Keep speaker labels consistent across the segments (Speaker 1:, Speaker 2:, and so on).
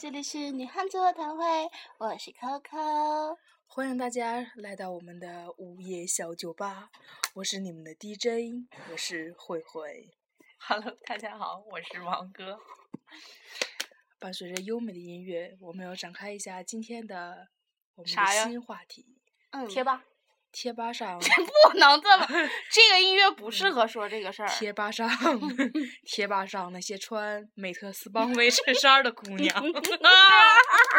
Speaker 1: 这里是女汉子座谈会，我是 Coco。
Speaker 2: 欢迎大家来到我们的午夜小酒吧，我是你们的 DJ，我是慧慧。
Speaker 3: Hello，大家好，我是王哥。
Speaker 2: 伴随着优美的音乐，我们要展开一下今天的我们
Speaker 3: 啥
Speaker 2: 的
Speaker 3: 呀
Speaker 2: 新话题。
Speaker 1: 嗯，
Speaker 3: 贴吧，
Speaker 2: 贴吧上，
Speaker 3: 不能这么，这个音乐不适合说这个事儿。
Speaker 2: 贴吧上，贴吧上那些穿美特斯邦威衬衫儿的姑娘，
Speaker 1: 啊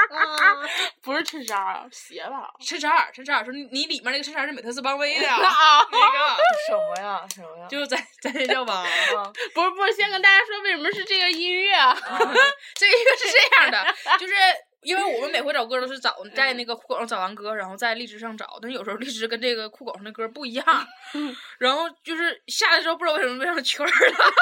Speaker 3: 不是衬衫啊，鞋吧？
Speaker 2: 衬衫儿，衬衫儿，说你你里面那个衬衫儿是美特斯邦威的呀，
Speaker 3: 啊，
Speaker 2: 那个
Speaker 3: 什么呀？什么呀？啊
Speaker 2: 就咱咱这叫吧。
Speaker 3: 不是不是，先跟大家说为什么是这个音乐啊？
Speaker 2: 这个是这样 的，就是因为我们每回找歌都是找在那个酷狗上找完歌，然后在荔枝上找，但有时候荔枝跟这个酷狗上的歌不一样，然后就是下来之后不知道为什么变成圈儿了，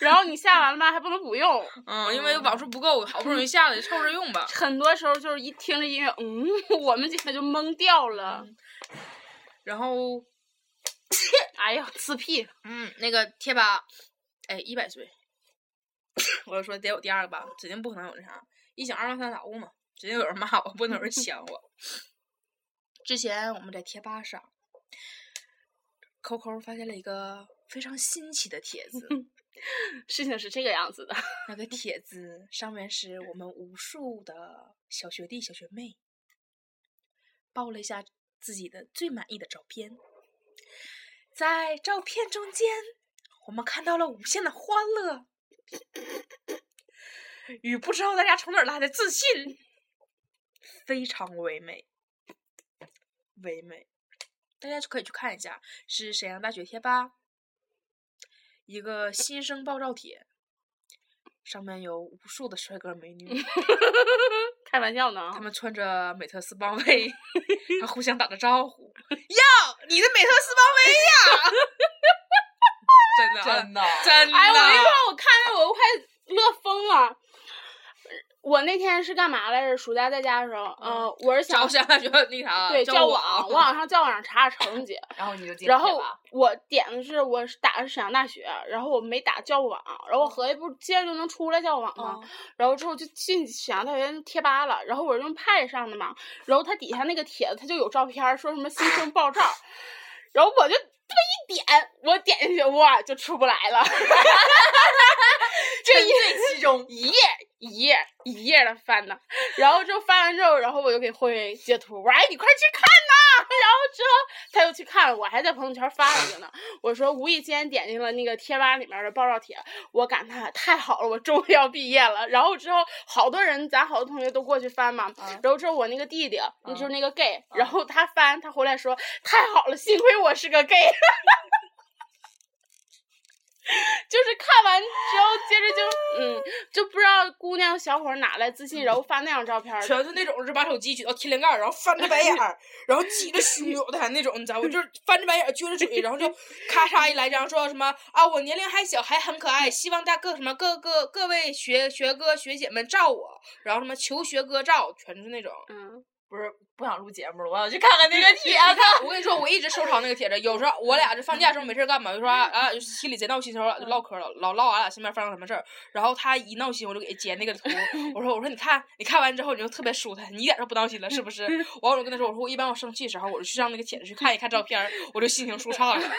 Speaker 3: 然后你下完了吧，还不能不用。
Speaker 2: 嗯，因为网速不够，好不容易下来凑着用吧。
Speaker 3: 很多时候就是一听着音乐，嗯，我们几个就懵掉了。
Speaker 2: 然后，
Speaker 3: 哎呀，刺屁！
Speaker 2: 嗯，那个贴吧，哎，一百岁， 我就说得有第二个吧，指定不可能有那啥，一想二万三打五嘛，指定有人骂我，不能有人想我。之前我们在贴吧上，扣扣发现了一个非常新奇的帖子，
Speaker 3: 事情是这个样子的，
Speaker 2: 那个帖子上面是我们无数的小学弟小学妹报了一下自己的最满意的照片，在照片中间，我们看到了无限的欢乐与不知道大家从哪儿来的自信，非常唯美，唯美。大家就可以去看一下，是沈阳大学贴吧一个新生爆照帖，上面有无数的帅哥美
Speaker 3: 嗯
Speaker 2: 女，
Speaker 3: 开玩笑呢啊
Speaker 2: 他。们穿着美特斯邦 威，还互相打着招呼。哟，你的美特斯邦威 呀！真的啊，
Speaker 3: 的。
Speaker 2: 真的，
Speaker 3: 哎，我跟你说，我看着我都快乐疯了。我那天是干嘛来着？暑假在家的时候，嗯、呃，我是想
Speaker 2: 交上大学那啥，
Speaker 3: 对
Speaker 2: 交
Speaker 3: 网，我好像交网上查查成绩，
Speaker 1: 然后你 就进
Speaker 3: 然后我点的是我是打的是沈阳大学，然后我没打教网，然后我合计不是接着就能出来教网吗？
Speaker 2: 嗯
Speaker 3: 然后之后就进沈阳大学贴吧了，然后我是用派上的嘛，然后它底下那个帖子它就有照片儿，说什么新生爆照，然后我就这么一点，我点进去哇就出不来了， 这一
Speaker 1: 其中，
Speaker 3: 一页一页一页的翻呢，然后就翻完之后，然后我就给慧慧截图，我说哎你快去看呐、 然后之后她又去看了，我还在朋友圈发了一个呢，我说无意间点进了那个贴吧里面的爆照帖，我感叹太好了，我终于要毕业了。然后之后好多人，咱好多同学都过去翻嘛，
Speaker 2: 啊
Speaker 3: 然后之后我那个弟弟，就是那个 gay，、然后他翻，他回来说太好了，幸亏我是个 gay。就是看完之后，接着就嗯，就不知道姑娘小伙儿哪来自信，然后发那张照片儿，
Speaker 2: 全是那种是把手机举到天灵盖儿，然后翻着白眼儿，然后挤着胸有的还那种，你知道吗？就是翻着白眼儿撅着嘴，然后就咔嚓一来一张说什么啊，我年龄还小，还很可爱，希望大各什么各个各位学学哥学姐们罩我，然后什么求学哥罩，全是那种。
Speaker 3: 嗯，
Speaker 1: 不是不想录节目了，我要去看看 那个帖
Speaker 2: 啊，
Speaker 1: 子。
Speaker 2: 他我跟你说，我一直收藏那个帖子。有时候我俩就放假的时候没事儿干嘛，就说啊俺俩就心里贼闹心，的时候就唠嗑了，老唠啊俺俩身边发生什么事儿。然后他一闹心，我就给他截那 个图，我说我说你看，你看完之后你就特别舒坦，你一点都不闹心了，是 不是？完我就跟他说，我说我一般我生气的时候，我就去上那个帖子去看一看照片儿，我就心情舒畅了。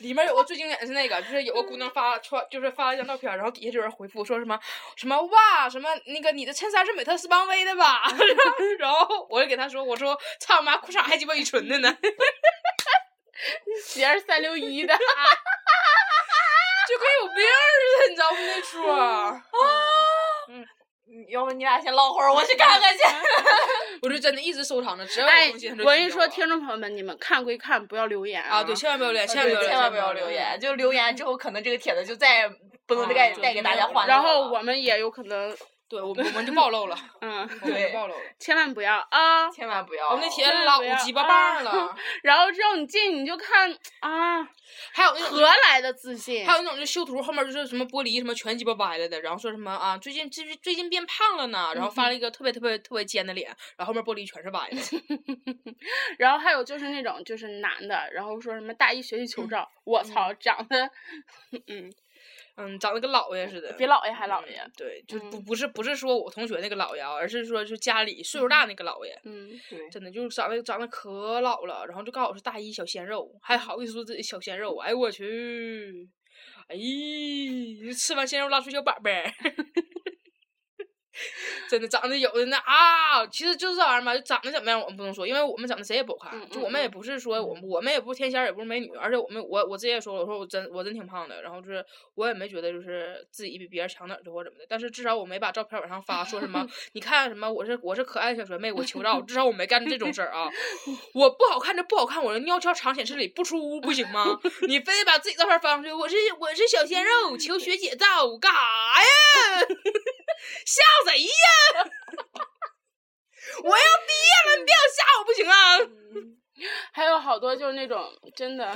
Speaker 2: 里面有个最经典的是那个，就是有个姑娘发穿，就是发了一张照片，然后底下就有人回复说什么什么哇什么那个你的衬衫是美特斯邦威的吧？ 然后我就给她说，我说操妈裤衩还鸡巴一纯的呢，
Speaker 3: 鞋是三六一的，
Speaker 2: 就跟有病似的，你知道吗？那出啊儿，
Speaker 1: 你嗯要不你俩先唠会儿，我去看看去。
Speaker 3: 嗯
Speaker 1: 嗯
Speaker 2: 我就真的一直收藏着，只要
Speaker 3: 哎
Speaker 2: 有东西，
Speaker 3: 我跟你说，听众朋友们，你们看归看，不要留言
Speaker 2: 啊，对，千万不要留言，千万不要留言，
Speaker 1: 千万不要留
Speaker 3: 嗯
Speaker 1: 言，就留言之后，可能这个帖子就再也不
Speaker 3: 啊
Speaker 1: 能带
Speaker 2: 嗯
Speaker 1: 带给大家欢乐了。
Speaker 3: 然后我们也有可能，
Speaker 2: 对我们我们就暴 露了，
Speaker 3: 嗯，
Speaker 2: 我们
Speaker 1: 对
Speaker 2: 就暴露了，
Speaker 3: 千万不要啊。
Speaker 1: 千万不要。啊
Speaker 2: 我们那帖
Speaker 3: 天
Speaker 2: 老鸡巴棒 了，
Speaker 3: 然后之后你进你就看啊，
Speaker 2: 还有那种
Speaker 3: 何来的自信
Speaker 2: 还？有那种就修图后面就是什么玻璃什么全鸡巴歪了的，然后说什么啊最近最近最近变胖了呢，然后
Speaker 1: 嗯
Speaker 2: 发了一个特别特别特别尖的脸，然后后面玻璃全是歪 的，
Speaker 3: 然后还有就是那种就是男的，然后说什么大一学习求照，我操，长得，嗯，
Speaker 2: 嗯，长得跟姥爷似的，
Speaker 3: 比姥爷还姥爷。
Speaker 2: 嗯对，就不不是不是说我同学那个姥爷啊，而是说就家里岁数大那个姥爷，
Speaker 3: 嗯，
Speaker 1: 对，
Speaker 2: 真的就是长得长得可老了，然后就刚好是大一小鲜肉，还好意思说自己小鲜肉，哎我去，哎，你吃完鲜肉拉出小粑粑儿。真的长得有的那啊，其实就是这玩意儿吧，就长得怎么样我们不能说，因为我们长得谁也不好看，
Speaker 3: 嗯
Speaker 2: 就
Speaker 3: 嗯
Speaker 2: 我们也不是说我们我们也不是天仙儿，也不是美女，而且我们我我之前也说了，我说我真我真挺胖的，然后就是我也没觉得就是自己比别人强哪儿去或者怎么的，但是至少我没把照片往上发，说什 么你看什么我是我是可爱的小学妹，我求照，至少我没干这种事儿啊，我不好看这不好看，我这尿悄藏寝室里不出屋不行吗？ 你非得把自己照片发上去，我是我是小鲜肉，求学姐照干啥呀？ 吓谁呀？我要毕业了，你别想吓我不行啊！
Speaker 3: 还有好多就是那种真的，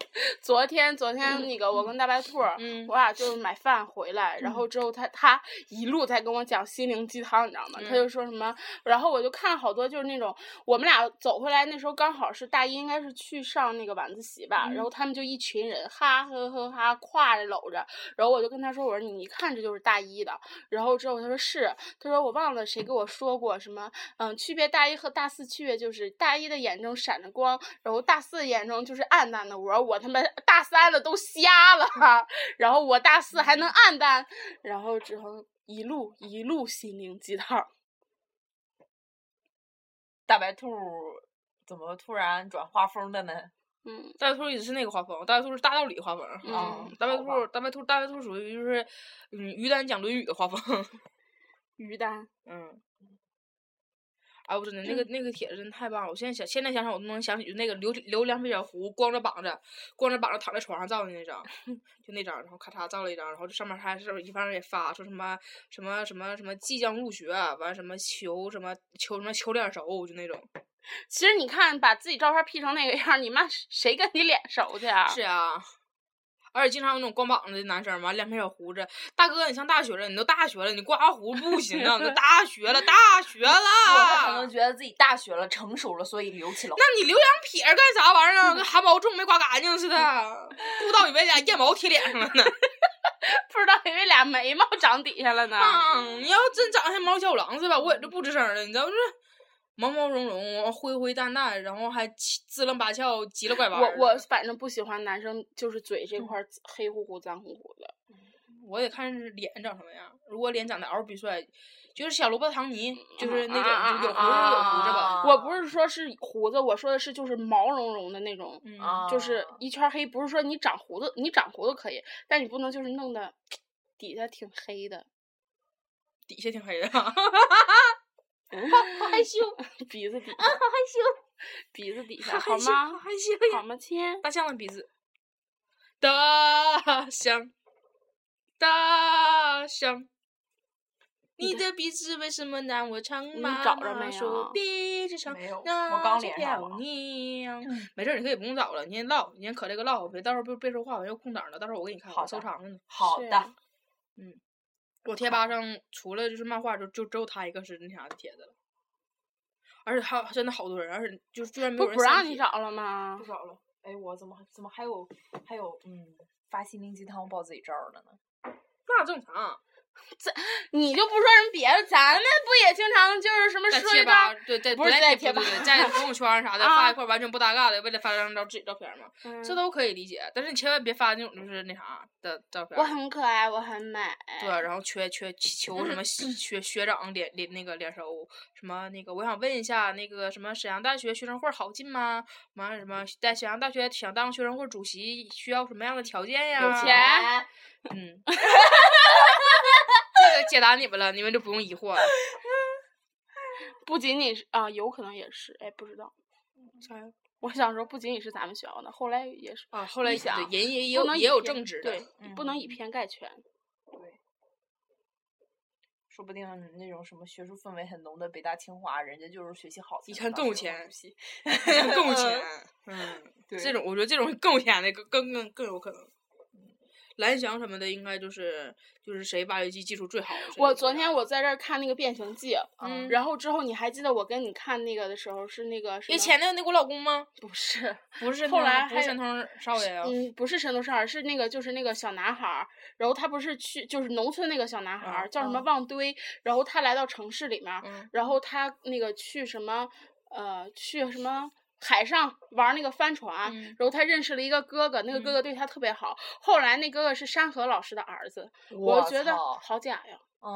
Speaker 3: 昨天昨天那个我跟大白兔，
Speaker 2: 嗯
Speaker 3: 我俩就是买饭回来，然后之后他他一路在跟我讲心灵鸡汤，你知道吗？他
Speaker 2: 嗯
Speaker 3: 就说什么，然后我就看好多就是那种我们俩走回来那时候刚好是大一，应该是去上那个晚自习吧，
Speaker 2: 嗯
Speaker 3: 然后他们就一群人哈呵呵哈挎着搂着，然后我就跟他说，我说你一看这就是大一的，然后之后他说是，他说我忘了谁给我说过什么，嗯，区别大一和大四区别就是大一的眼中闪着光，然后大四的眼中就是暗淡的。我说我他妈大三了都瞎了，然后我大四还能暗淡，然后之后一路一路心灵鸡汤。
Speaker 1: 大白兔怎么突然转画风了呢？
Speaker 3: 嗯，
Speaker 2: 大白兔也是那个画风，大白兔是大道理画风。
Speaker 3: 嗯
Speaker 1: 啊
Speaker 2: 大白
Speaker 1: 好
Speaker 2: 兔
Speaker 1: 吧，
Speaker 2: 大白兔，大白兔属于就是，嗯，于丹讲《论语》的画风。
Speaker 3: 于丹，
Speaker 2: 嗯。哎，我真的那个那个帖子真太棒了！我现在想，现在想想我都能想起，就那个留留两撇小胡，光着膀子，光着膀子躺在床上照的那张， 就那张，然后咔嚓照了一张，然后这上面还是一帮人也发说什么什么什么什么即将入学，啊完什么求什么求什么求脸熟，就那种。
Speaker 3: 其实你看把自己照片 P 成那个样儿，你妈谁跟你脸熟去啊？
Speaker 2: 是啊，而且经常有那种光膀子的男生嘛，两撇小胡子。大哥，你上大学了，你都大学了，你刮胡不行啊！你都大学了，大学
Speaker 3: 啊
Speaker 1: 我可能
Speaker 2: 了，
Speaker 1: 觉得自己大学了，成熟了，所以留起了。
Speaker 2: 那你留两撇儿干啥玩意儿啊？跟汗毛重没刮干净似的，不知道以为俩腋毛贴脸上了呢。
Speaker 3: 不知道因为俩眉毛长底下了呢。
Speaker 2: 啊， 你要真长得像毛小五郎似的，我也就不吱声了，你知道就是。毛毛茸茸，灰灰淡淡，然后还七支棱八翘，急了拐弯
Speaker 3: 我
Speaker 2: 儿。
Speaker 3: 我反正不喜欢男生，就是嘴这块儿黑乎乎、脏乎乎的。
Speaker 2: 我得看是脸长什么样。如果脸长得嗷逼帅，就是小萝卜唐尼，就是那种就有胡子有胡子吧。
Speaker 1: 啊
Speaker 3: 我不是说是胡子，我说的是就是毛茸茸的那种，
Speaker 2: 嗯
Speaker 1: 啊，
Speaker 3: 就是一圈儿黑。不是说你长胡子，你长胡子可以，但你不能就是弄的底下挺黑的，
Speaker 2: 底下挺黑 的啊。
Speaker 1: 好 害羞，
Speaker 3: 鼻子底下，
Speaker 1: 好害羞，
Speaker 3: 鼻子底
Speaker 2: 好
Speaker 3: 下，好
Speaker 2: 害羞好
Speaker 3: 吗？
Speaker 2: 害羞
Speaker 3: 好
Speaker 2: 呀！
Speaker 3: 吗，亲？
Speaker 2: 大象的鼻子，大象，大象，你的鼻子为什么那么长？
Speaker 3: 你
Speaker 2: 妈
Speaker 3: 找着
Speaker 2: 妈
Speaker 3: 没
Speaker 2: 说
Speaker 3: 有
Speaker 2: 鼻子长，
Speaker 1: 没有，我
Speaker 2: 那
Speaker 1: 刚
Speaker 2: 是
Speaker 1: 连上
Speaker 2: 漂
Speaker 1: 了。
Speaker 2: 亮。嗯没事儿，你可以不用找了，你先唠，你先可这个唠，别到时候别别说话，我又空档了，到时候我给你看，
Speaker 1: 好
Speaker 2: 我收
Speaker 1: 的
Speaker 2: 藏着呢。
Speaker 1: 好
Speaker 3: 是
Speaker 1: 的，
Speaker 2: 我贴吧上除了就是漫画，就就只有他一个是那啥的帖子了，而且还有真的好多人，而且就居然没
Speaker 3: 不
Speaker 2: 有人
Speaker 3: 不
Speaker 2: 删
Speaker 3: 让你
Speaker 2: 帖，
Speaker 3: 找了吗
Speaker 1: 不？少了。哎，我怎么还怎么还有还有嗯发心灵鸡汤报自己招儿了呢？
Speaker 2: 那正常。
Speaker 3: 你就不说人别的，咱们不也经常就是什么
Speaker 2: 在
Speaker 3: 说
Speaker 2: 贴
Speaker 3: 一
Speaker 2: 吧
Speaker 3: 段，，
Speaker 2: 对对，
Speaker 3: 不是
Speaker 2: 在
Speaker 3: 在
Speaker 2: 贴
Speaker 3: 贴
Speaker 2: 吧，
Speaker 3: 吧
Speaker 2: 对对在朋友圈啥的
Speaker 3: 啊
Speaker 2: 发一块完全不搭嘎的，为了发张照自己照片嘛，这
Speaker 3: 嗯
Speaker 2: 都可以理解。但是你千万别发那种就是那啥的照片
Speaker 3: 我，很可爱，我很美。
Speaker 2: 对，然后缺缺求什么学学长脸脸那个脸熟，什么那个我想问一下那个什么沈阳大学学生会好进吗？完了什么在沈阳大学想当学生会主席需要什么样的条件呀？
Speaker 3: 有钱
Speaker 2: 嗯， 这个解答你们了，你们就不用疑 惑了。
Speaker 3: 不仅仅是啊、有可能也是，哎，不知道。
Speaker 2: 啥呀？
Speaker 3: 我小时候不仅仅是咱们学校的，后来也是，
Speaker 2: 啊，后来
Speaker 3: 你想
Speaker 2: 对人也
Speaker 3: 也
Speaker 2: 有
Speaker 3: 能以
Speaker 2: 也有
Speaker 3: 偏
Speaker 2: 正直的，
Speaker 3: 对， 不能以偏概全。
Speaker 1: 说不定那种什么学术氛围很浓的北大清华，人家就是学习好才
Speaker 2: 一
Speaker 1: 能
Speaker 2: 看
Speaker 1: 当
Speaker 2: 更有
Speaker 1: 学生
Speaker 2: 钱
Speaker 1: 会主席
Speaker 2: 更有呃
Speaker 1: 嗯
Speaker 2: 钱。嗯，
Speaker 1: 对
Speaker 2: 这种我觉得这种更有钱的更更更更有可能。嗯蓝翔什么的，应该就是就是谁挖掘机技术最好。谁
Speaker 3: 我
Speaker 2: 就
Speaker 3: 昨
Speaker 2: 是
Speaker 3: 天我在这儿看那个《变形记》，啊
Speaker 2: 嗯
Speaker 3: 然后之后你还记得我跟你看那个的时候是那个什
Speaker 2: 以
Speaker 3: 么？
Speaker 2: 前那个那个我老公吗？
Speaker 3: 不是，
Speaker 2: 不是神
Speaker 3: 后
Speaker 2: 偷
Speaker 3: 来
Speaker 2: 不是
Speaker 3: 还
Speaker 2: 神偷少爷啊，
Speaker 3: 嗯，不是神偷少儿，是那个就是那个小男孩儿，然后他不是去就是农村那个小男孩儿、
Speaker 2: 嗯
Speaker 3: 叫什么
Speaker 1: 嗯
Speaker 3: 旺堆，然后他来到城市里面儿，
Speaker 2: 嗯
Speaker 3: 然后他那个去什么呃去什么。海上玩儿那个帆船，
Speaker 2: 嗯
Speaker 3: 然后他认识了一个哥哥，那个哥
Speaker 2: 嗯
Speaker 3: 哥对他特别好。后来那哥哥是山河老师的儿子，我觉得
Speaker 1: 操
Speaker 3: 好假呀！
Speaker 1: 嗯，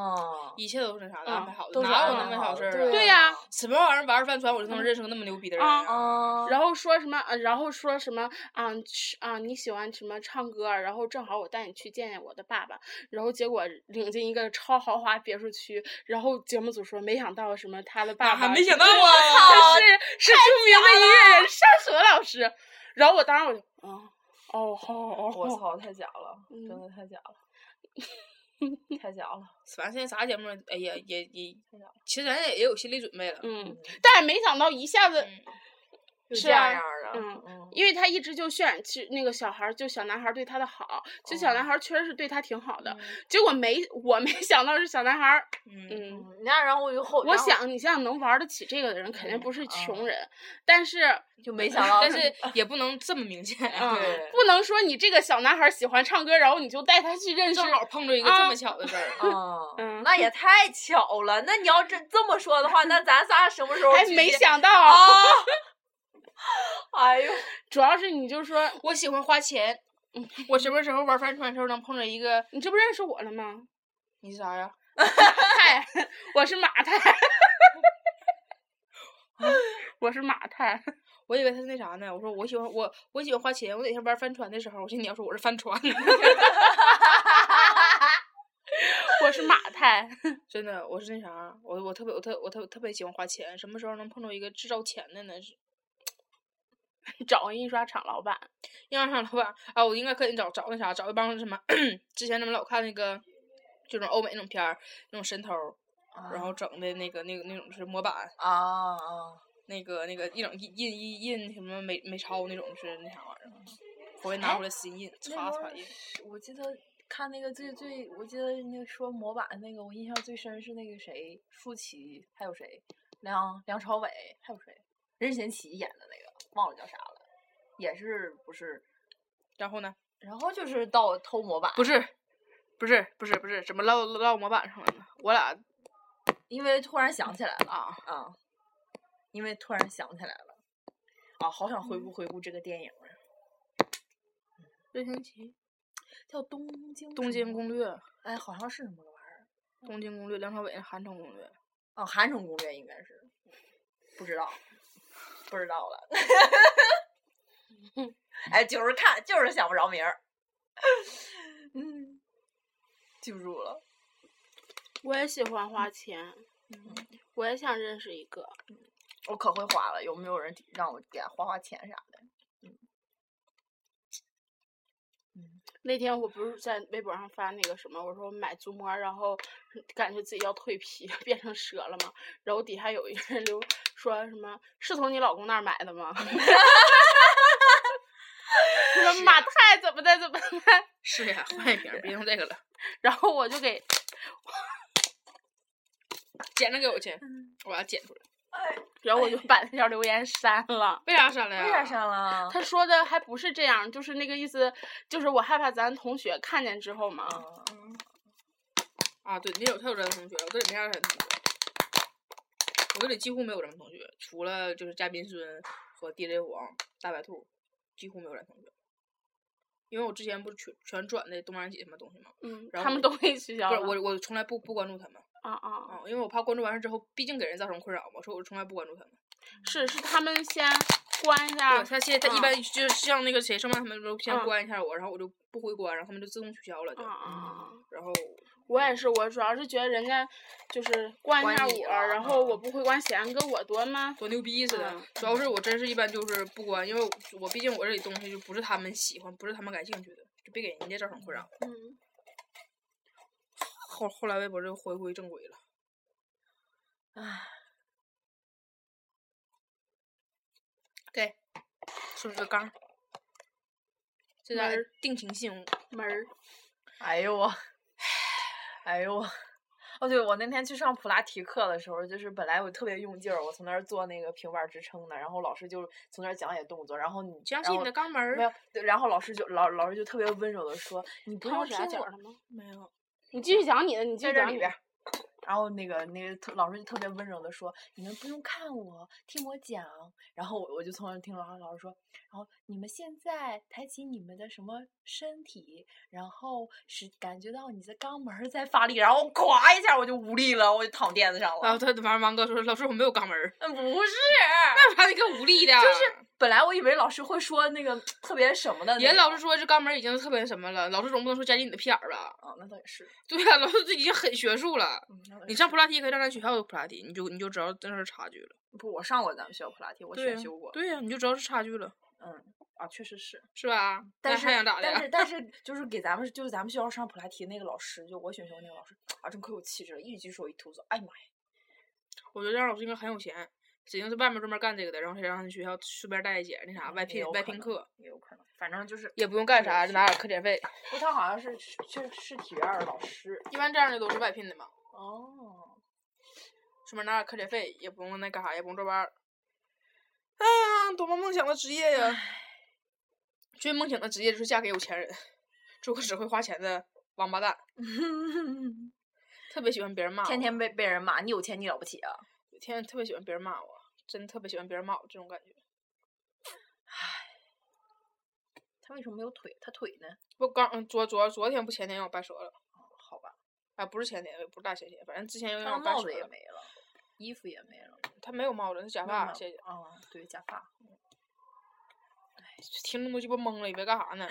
Speaker 2: 一切都是那啥的
Speaker 3: 嗯
Speaker 2: 安排好的，
Speaker 1: 都是
Speaker 2: 哪有
Speaker 1: 安
Speaker 2: 那
Speaker 1: 排
Speaker 2: 么
Speaker 1: 好
Speaker 2: 小
Speaker 1: 的
Speaker 2: 事儿啊？
Speaker 1: 对
Speaker 3: 对呀
Speaker 2: 什么玩意儿玩帆船，我就能认识个那么牛逼的人
Speaker 3: 啊
Speaker 2: 呀？
Speaker 1: 嗯，
Speaker 3: 然
Speaker 2: 哦
Speaker 3: 后说什么，呃然后说什么啊去啊，你喜欢什么唱歌儿，然后正好我带你去见见我的爸爸，然后结果领进一个超豪华别墅区，然后节目组说没想到什么他的爸
Speaker 2: 哪
Speaker 3: 爸，
Speaker 2: 啊没想到
Speaker 3: 他
Speaker 2: 啊！
Speaker 3: 是是著名的音乐人山河老师，然后我当时我就啊哦好
Speaker 1: 嗯
Speaker 3: 哦
Speaker 1: 我
Speaker 3: 哦，
Speaker 1: 操，太假了，真
Speaker 3: 嗯
Speaker 1: 的太假了，太假了。
Speaker 2: 反正现在啥节目，哎呀，也也，其实咱也也有心理准备了。
Speaker 3: 嗯，但是没想到一下子。
Speaker 2: 嗯
Speaker 1: 就是这样
Speaker 3: 啊
Speaker 1: 样儿的，
Speaker 3: 嗯
Speaker 1: 嗯
Speaker 3: 因为他一直就渲染其实那个小孩儿，就小男孩儿对他的好，其实小
Speaker 2: 哦
Speaker 3: 男孩儿确实是对他挺好的，结果没我没想到是小男孩儿，
Speaker 2: 嗯，
Speaker 3: 嗯，
Speaker 1: 嗯，那然后我以后，
Speaker 3: 我
Speaker 1: 然后
Speaker 3: 想，你像能玩得起这个的人，肯定
Speaker 1: 嗯
Speaker 3: 不是穷
Speaker 1: 嗯
Speaker 3: 人，但是
Speaker 1: 就没想到，
Speaker 2: 但是也不能这么明显。啊
Speaker 3: 嗯
Speaker 1: 对
Speaker 3: 不能说你这个小男孩儿喜欢唱歌，然后你就带他去认识
Speaker 2: 正。好碰着一个这么巧的事儿。啊
Speaker 1: 嗯，
Speaker 3: 嗯
Speaker 1: 那也太巧了。那你要这这么说的话，那咱仨什么时候
Speaker 3: 还
Speaker 1: 去
Speaker 3: 没
Speaker 1: 见
Speaker 3: 想到，
Speaker 1: 啊？哎 呦，
Speaker 3: 主要是你就说
Speaker 2: 我喜欢花钱，我什么时候玩帆船的时候能碰着一个？
Speaker 3: 你这不认识我了吗？
Speaker 2: 你是啥呀？
Speaker 3: 太，我是马 太，我是马太，
Speaker 2: 我以为他是那啥呢？我说我喜欢我我喜欢花钱。我哪天玩帆船的时候，我寻思你要说我是帆船，
Speaker 3: 我是马太，
Speaker 2: 真的我是那啥，我我特别我特我特特别喜欢花钱。什么时候能碰着一个制造钱的呢？是
Speaker 3: 找个印刷厂老板。
Speaker 2: 让上老板啊，我应该可以找找那啥，找一帮什么之前咱们老看那个。这种欧美那种片儿，那种神偷，然后整的那个那个那种是模板，
Speaker 1: 啊啊，
Speaker 2: 那个那个一整印印印印什么美美钞那种是那啥玩意儿，回拿回来新印，擦擦印。
Speaker 1: 我记得看那个最最，我记得那个说模板那个，我印象最深是那个谁，舒淇，还有谁，梁梁朝伟，还有谁，任贤齐演的那个，忘了叫啥了，也是不是？
Speaker 2: 然后呢？
Speaker 1: 然后就是到偷模板，
Speaker 2: 不是，不是，不是，不是，怎么落落模板上了呢？我俩
Speaker 1: 因为突然想起来了
Speaker 2: 啊，
Speaker 1: 啊，因为突然想起来了啊，好想回顾回顾这个电影啊，
Speaker 2: 任贤齐
Speaker 1: 叫《东京
Speaker 2: 《
Speaker 1: 什
Speaker 2: 东
Speaker 1: 么
Speaker 2: 京》攻略》《
Speaker 1: 哎，好像是什么玩意儿
Speaker 2: 东京攻略》，梁朝伟《韩城攻略》。
Speaker 1: 哦，《韩城攻略》应该是，不知道，不知道了。 哎，就是看，就是想不着名儿。 嗯，记不住了。
Speaker 3: 我也喜欢花钱，嗯我也想认识一个。
Speaker 1: 我可会花了，有没有人让我给他花花钱啥的？
Speaker 3: 那天我不是在微博上发那个什么，我说买足膜，然后感觉自己要蜕皮， 变成蛇了嘛。然后底下有一个人留说什么是从你老公那儿买的吗？ 说马太怎么的 怎么的，
Speaker 2: 是呀，换一瓶儿，别用这个了。
Speaker 3: 然后我就给
Speaker 2: 剪了给我去，我要剪出来。
Speaker 3: 然后我就把那条留言删了。
Speaker 2: 为啥删了呀？
Speaker 1: 为啥？删了？啊
Speaker 3: 他说的还不是这样，就是那个意思，就是我害怕咱同学看见之后嘛。
Speaker 1: 啊
Speaker 2: 啊，对，你有他有咱们同学，我这里没啥咱们同学，我这里几乎没有咱们同学，除了就是嘉宾孙和 DJ 黄、大白兔，几乎没有咱们同学。因为我之前不是全全转的东方姐什么东西吗？
Speaker 3: 嗯，
Speaker 2: 然
Speaker 3: 他
Speaker 2: 后
Speaker 3: 们都给取消
Speaker 2: 不
Speaker 3: 了。
Speaker 2: 是我，我从来不不关注他们
Speaker 3: 啊啊啊！
Speaker 2: 啊，因为我怕关注完事之后，毕竟给人造成困扰嘛，所以我从来不关注他们。
Speaker 3: 是是他们先关一下
Speaker 2: 对，他现在他一
Speaker 3: 啊
Speaker 2: 般就是像那个谁上班，他们都先
Speaker 3: 嗯
Speaker 2: 关一下我，然后我就不回关，然后他们就自动取消了就
Speaker 3: 啊。啊！
Speaker 2: 然后
Speaker 3: 我也是，我主要是觉得人家就是关一
Speaker 1: 关
Speaker 3: 下
Speaker 1: 你
Speaker 3: 我，
Speaker 1: 了嗯
Speaker 3: 然后我不会关显跟我多吗？
Speaker 2: 多牛逼似的
Speaker 3: 嗯。
Speaker 2: 主要是我真是一般就是不关，因为我我毕竟我这里东西就不是他们喜欢，不是他们感兴趣的，就别给人家造成困扰。
Speaker 3: 嗯，
Speaker 2: 后后来微博就回归正轨了。
Speaker 1: 唉，
Speaker 2: 给，顺水个缸。这家
Speaker 3: 门儿
Speaker 2: 定情信物，
Speaker 3: 门儿，
Speaker 1: 哎呦我，哎呦我。哦，对，我那天去上普拉提课的时候，就是本来我特别用劲儿，我从那儿做那个平板支撑的，然后老师就从那儿讲解动作，然后你
Speaker 2: 相
Speaker 1: 然
Speaker 2: 信你
Speaker 1: 后
Speaker 2: 的肛门儿。
Speaker 1: 没有，对然后老师就老老师就特别温柔的说，你不
Speaker 3: 他
Speaker 1: 用
Speaker 3: 用
Speaker 1: 听
Speaker 3: 啥讲
Speaker 1: 我
Speaker 3: 了吗？
Speaker 2: 没
Speaker 1: 哦
Speaker 2: 有，
Speaker 3: 你继续讲你的，你继
Speaker 1: 在
Speaker 3: 续
Speaker 1: 这
Speaker 3: 讲
Speaker 1: 里
Speaker 3: 你
Speaker 1: 边
Speaker 3: 的。
Speaker 1: 儿。然后那个那个特老师就特别温柔的说：“你们不用看我，听我讲。”然后我我就从那儿听老师老师说，然后你们现在抬起你们的什么身体，然后是感觉到你的肛门儿在发力，然后咵一下我就无力了，我就躺垫子上了。
Speaker 2: 然后他王王哥说：“老师，我没有肛门儿。
Speaker 1: 嗯，不是，”
Speaker 2: 那啥，你跟无力的。
Speaker 1: 就是嗯本来我以为老师会说那个特别什么的那种，
Speaker 2: 人老师说这肛门儿已经特别什么了，老师总不能说夹紧你的屁眼儿吧？
Speaker 1: 啊，那倒也是，
Speaker 2: 对呀、老师这已经很学术了。
Speaker 1: 嗯，那倒也
Speaker 2: 你
Speaker 1: 是
Speaker 2: 上普拉提也可以上咱学校的普拉提，你就你就知道这是差距了。
Speaker 1: 不？我上过咱们学校普拉提，我
Speaker 2: 对啊
Speaker 1: 选
Speaker 2: 呀、
Speaker 1: 修过，
Speaker 2: 对呀、你就知道是差距了，
Speaker 1: 嗯，啊，确实是。
Speaker 2: 是吧？
Speaker 1: 但
Speaker 2: 那
Speaker 1: 是
Speaker 2: 还想咋的
Speaker 1: 但
Speaker 2: 呀？
Speaker 1: 是但是就是给咱们就是咱们学校上普拉提那个老师，就我选修那个老师啊，真可有气质了，一举手一投足，哎呀妈呀！
Speaker 2: 我觉得这样老师应该很有钱，指定是外面专门干这个的，然后才让他学校顺便带一节那啥外
Speaker 1: 嗯也
Speaker 2: 聘
Speaker 1: 有
Speaker 2: 外
Speaker 1: 可
Speaker 2: 聘
Speaker 1: 能
Speaker 2: 课，
Speaker 1: 也有可能，反正就是
Speaker 2: 也不用干啥，
Speaker 1: 是
Speaker 2: 就拿点课点费。
Speaker 1: 不过他好像是是是体院儿的老师
Speaker 2: 一般这样的都是外聘的嘛，
Speaker 1: 哦。
Speaker 2: 顺便拿点课点费，也不用那干啥，也不用坐班儿。哎呀，多么梦想的职业呀！最梦想的职业就是嫁给有钱人，做个只会花钱的王八蛋，特别喜欢别人啊骂我。
Speaker 1: 天天被被人骂，你有钱你了不起啊？
Speaker 2: 天天特别喜欢别人骂我，真特别喜欢别人骂我这种感觉。
Speaker 1: 他为什么没有腿？他腿呢？
Speaker 2: 不刚嗯昨昨昨天不前天让我掰折了，
Speaker 1: 好吧，
Speaker 2: 啊不是前天，也不是大前天，反正之前又
Speaker 1: 他
Speaker 2: 让
Speaker 1: 的
Speaker 2: 哎我掰
Speaker 1: 帽子
Speaker 2: 折
Speaker 1: 也
Speaker 2: 了。
Speaker 1: 没了，衣服也没了，
Speaker 2: 他没有帽子，他假
Speaker 1: 那
Speaker 2: 发。
Speaker 1: 么
Speaker 2: 谢谢。
Speaker 1: 啊，对，假发。
Speaker 2: 听众都鸡巴懵了，以为干啥呢？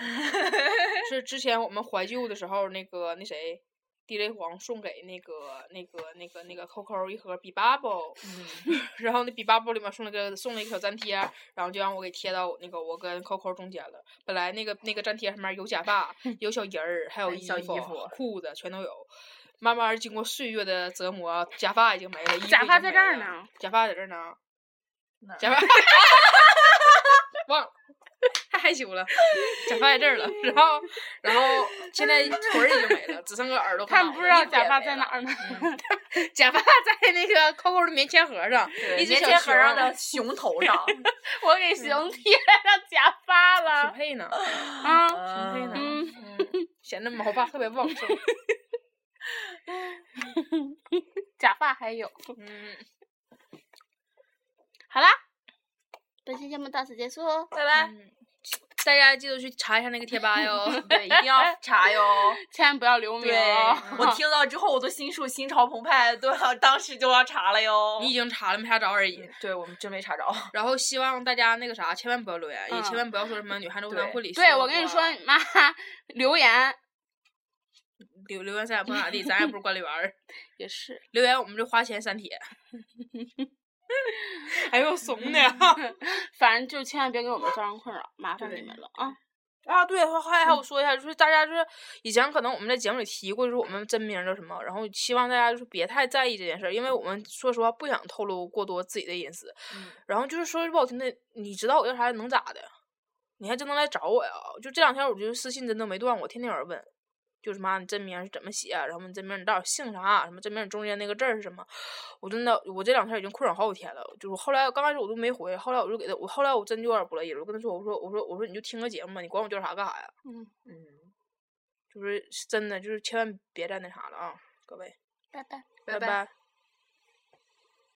Speaker 2: 是之前我们怀旧的时候，那个那谁。DJ 黄送给那个、那个、那个、那个 QQ 一盒 B Bubble，
Speaker 1: 嗯，
Speaker 2: 然后那 B Bubble 里面送了个送了一个小粘贴，然后就让我给贴到那个我跟 QQ 中间了。本来那个那个粘贴上面有假发，有小人儿，还有
Speaker 1: 还有
Speaker 2: 衣
Speaker 1: 小衣
Speaker 2: 服、
Speaker 1: 服
Speaker 2: 裤子，全都有。慢慢儿经过岁月的折磨，假发已经没了，衣服
Speaker 3: 假
Speaker 2: 已
Speaker 3: 发
Speaker 2: 经
Speaker 3: 在
Speaker 2: 没
Speaker 3: 这儿
Speaker 2: 了
Speaker 3: 呢，
Speaker 2: 假发在这儿呢，啊
Speaker 1: 那
Speaker 2: 假发啊 忘了，太害 羞了，假发在这儿了。然后，然后现在腿儿已经没了，只剩个耳朵和
Speaker 3: 他
Speaker 2: 脑
Speaker 3: 们不知
Speaker 2: 袋
Speaker 3: 道
Speaker 2: 了
Speaker 3: 假
Speaker 1: 也
Speaker 3: 发
Speaker 1: 没
Speaker 3: 在
Speaker 1: 嗯了
Speaker 3: 哪 儿呢。
Speaker 2: 假发在那个 QQ 的棉签盒上，
Speaker 1: 对
Speaker 2: 一只
Speaker 1: 棉
Speaker 2: 小
Speaker 1: 签盒
Speaker 2: 熊啊
Speaker 1: 上的熊 头上，
Speaker 3: 我
Speaker 1: 嗯
Speaker 3: 给熊贴上假发
Speaker 2: 匹
Speaker 3: 了
Speaker 2: 配呢。
Speaker 3: 啊！
Speaker 1: 嗯
Speaker 2: 配呢
Speaker 3: 嗯，
Speaker 2: 嗯，显得毛发特别旺 盛。
Speaker 3: 假发还有。
Speaker 2: 嗯，
Speaker 3: 好啦，本期节目到此结束哦，
Speaker 1: 拜拜。
Speaker 2: 嗯大家记得去查一下那个贴吧 哟。
Speaker 1: 对，一定要查哟。
Speaker 3: 千万不要留名
Speaker 1: 对
Speaker 3: 哦。，
Speaker 1: 我听到之后我都心术心潮澎湃，都要当时就要查了哟。
Speaker 2: 你已经查了，没查着而已。
Speaker 1: 对我们真没查着，
Speaker 2: 然后希望大家那个啥，千万不要留言，也千
Speaker 3: 嗯
Speaker 2: 万不要说什么“女汉子无男
Speaker 1: 对
Speaker 2: 婚礼”。
Speaker 3: 对，我跟你说，
Speaker 1: 啊
Speaker 3: 你妈 留言
Speaker 2: 留留言咱也不咋地，咱也不是管理员儿。
Speaker 3: 也是。
Speaker 2: 留言我们就花钱删帖。哎呦，怂的
Speaker 3: 反正就千万别给我们造成困扰，麻烦你们了啊！
Speaker 2: 啊！对，还还有说一下，就是大家就是以前可能我们在节目里提过，就是我们真名叫什么，然后希望大家就是别太在意这件事儿，因为我们说实话不想透露过多自己的隐私。然后就是说句不好听的，你知道我叫啥能咋的？你还真能来找我呀？就这两天我就私信真的没断过，天天有人问，就什么你真名是怎么写啊、然后你真名你到底姓啥，啊什么真名你中间那个字儿是什么？我真的我这两天已经困扰好几天了。就是后来刚开始我都没回，后来我就给他，我后来我真就有点不乐意了，我跟他说，我说我说我说你就听个节目吧，你管我叫啥干啥呀？
Speaker 3: 嗯，
Speaker 1: 嗯，
Speaker 2: 就是真的就是千万别再那啥了啊，各位，
Speaker 3: 拜拜。
Speaker 2: 拜
Speaker 1: 拜拜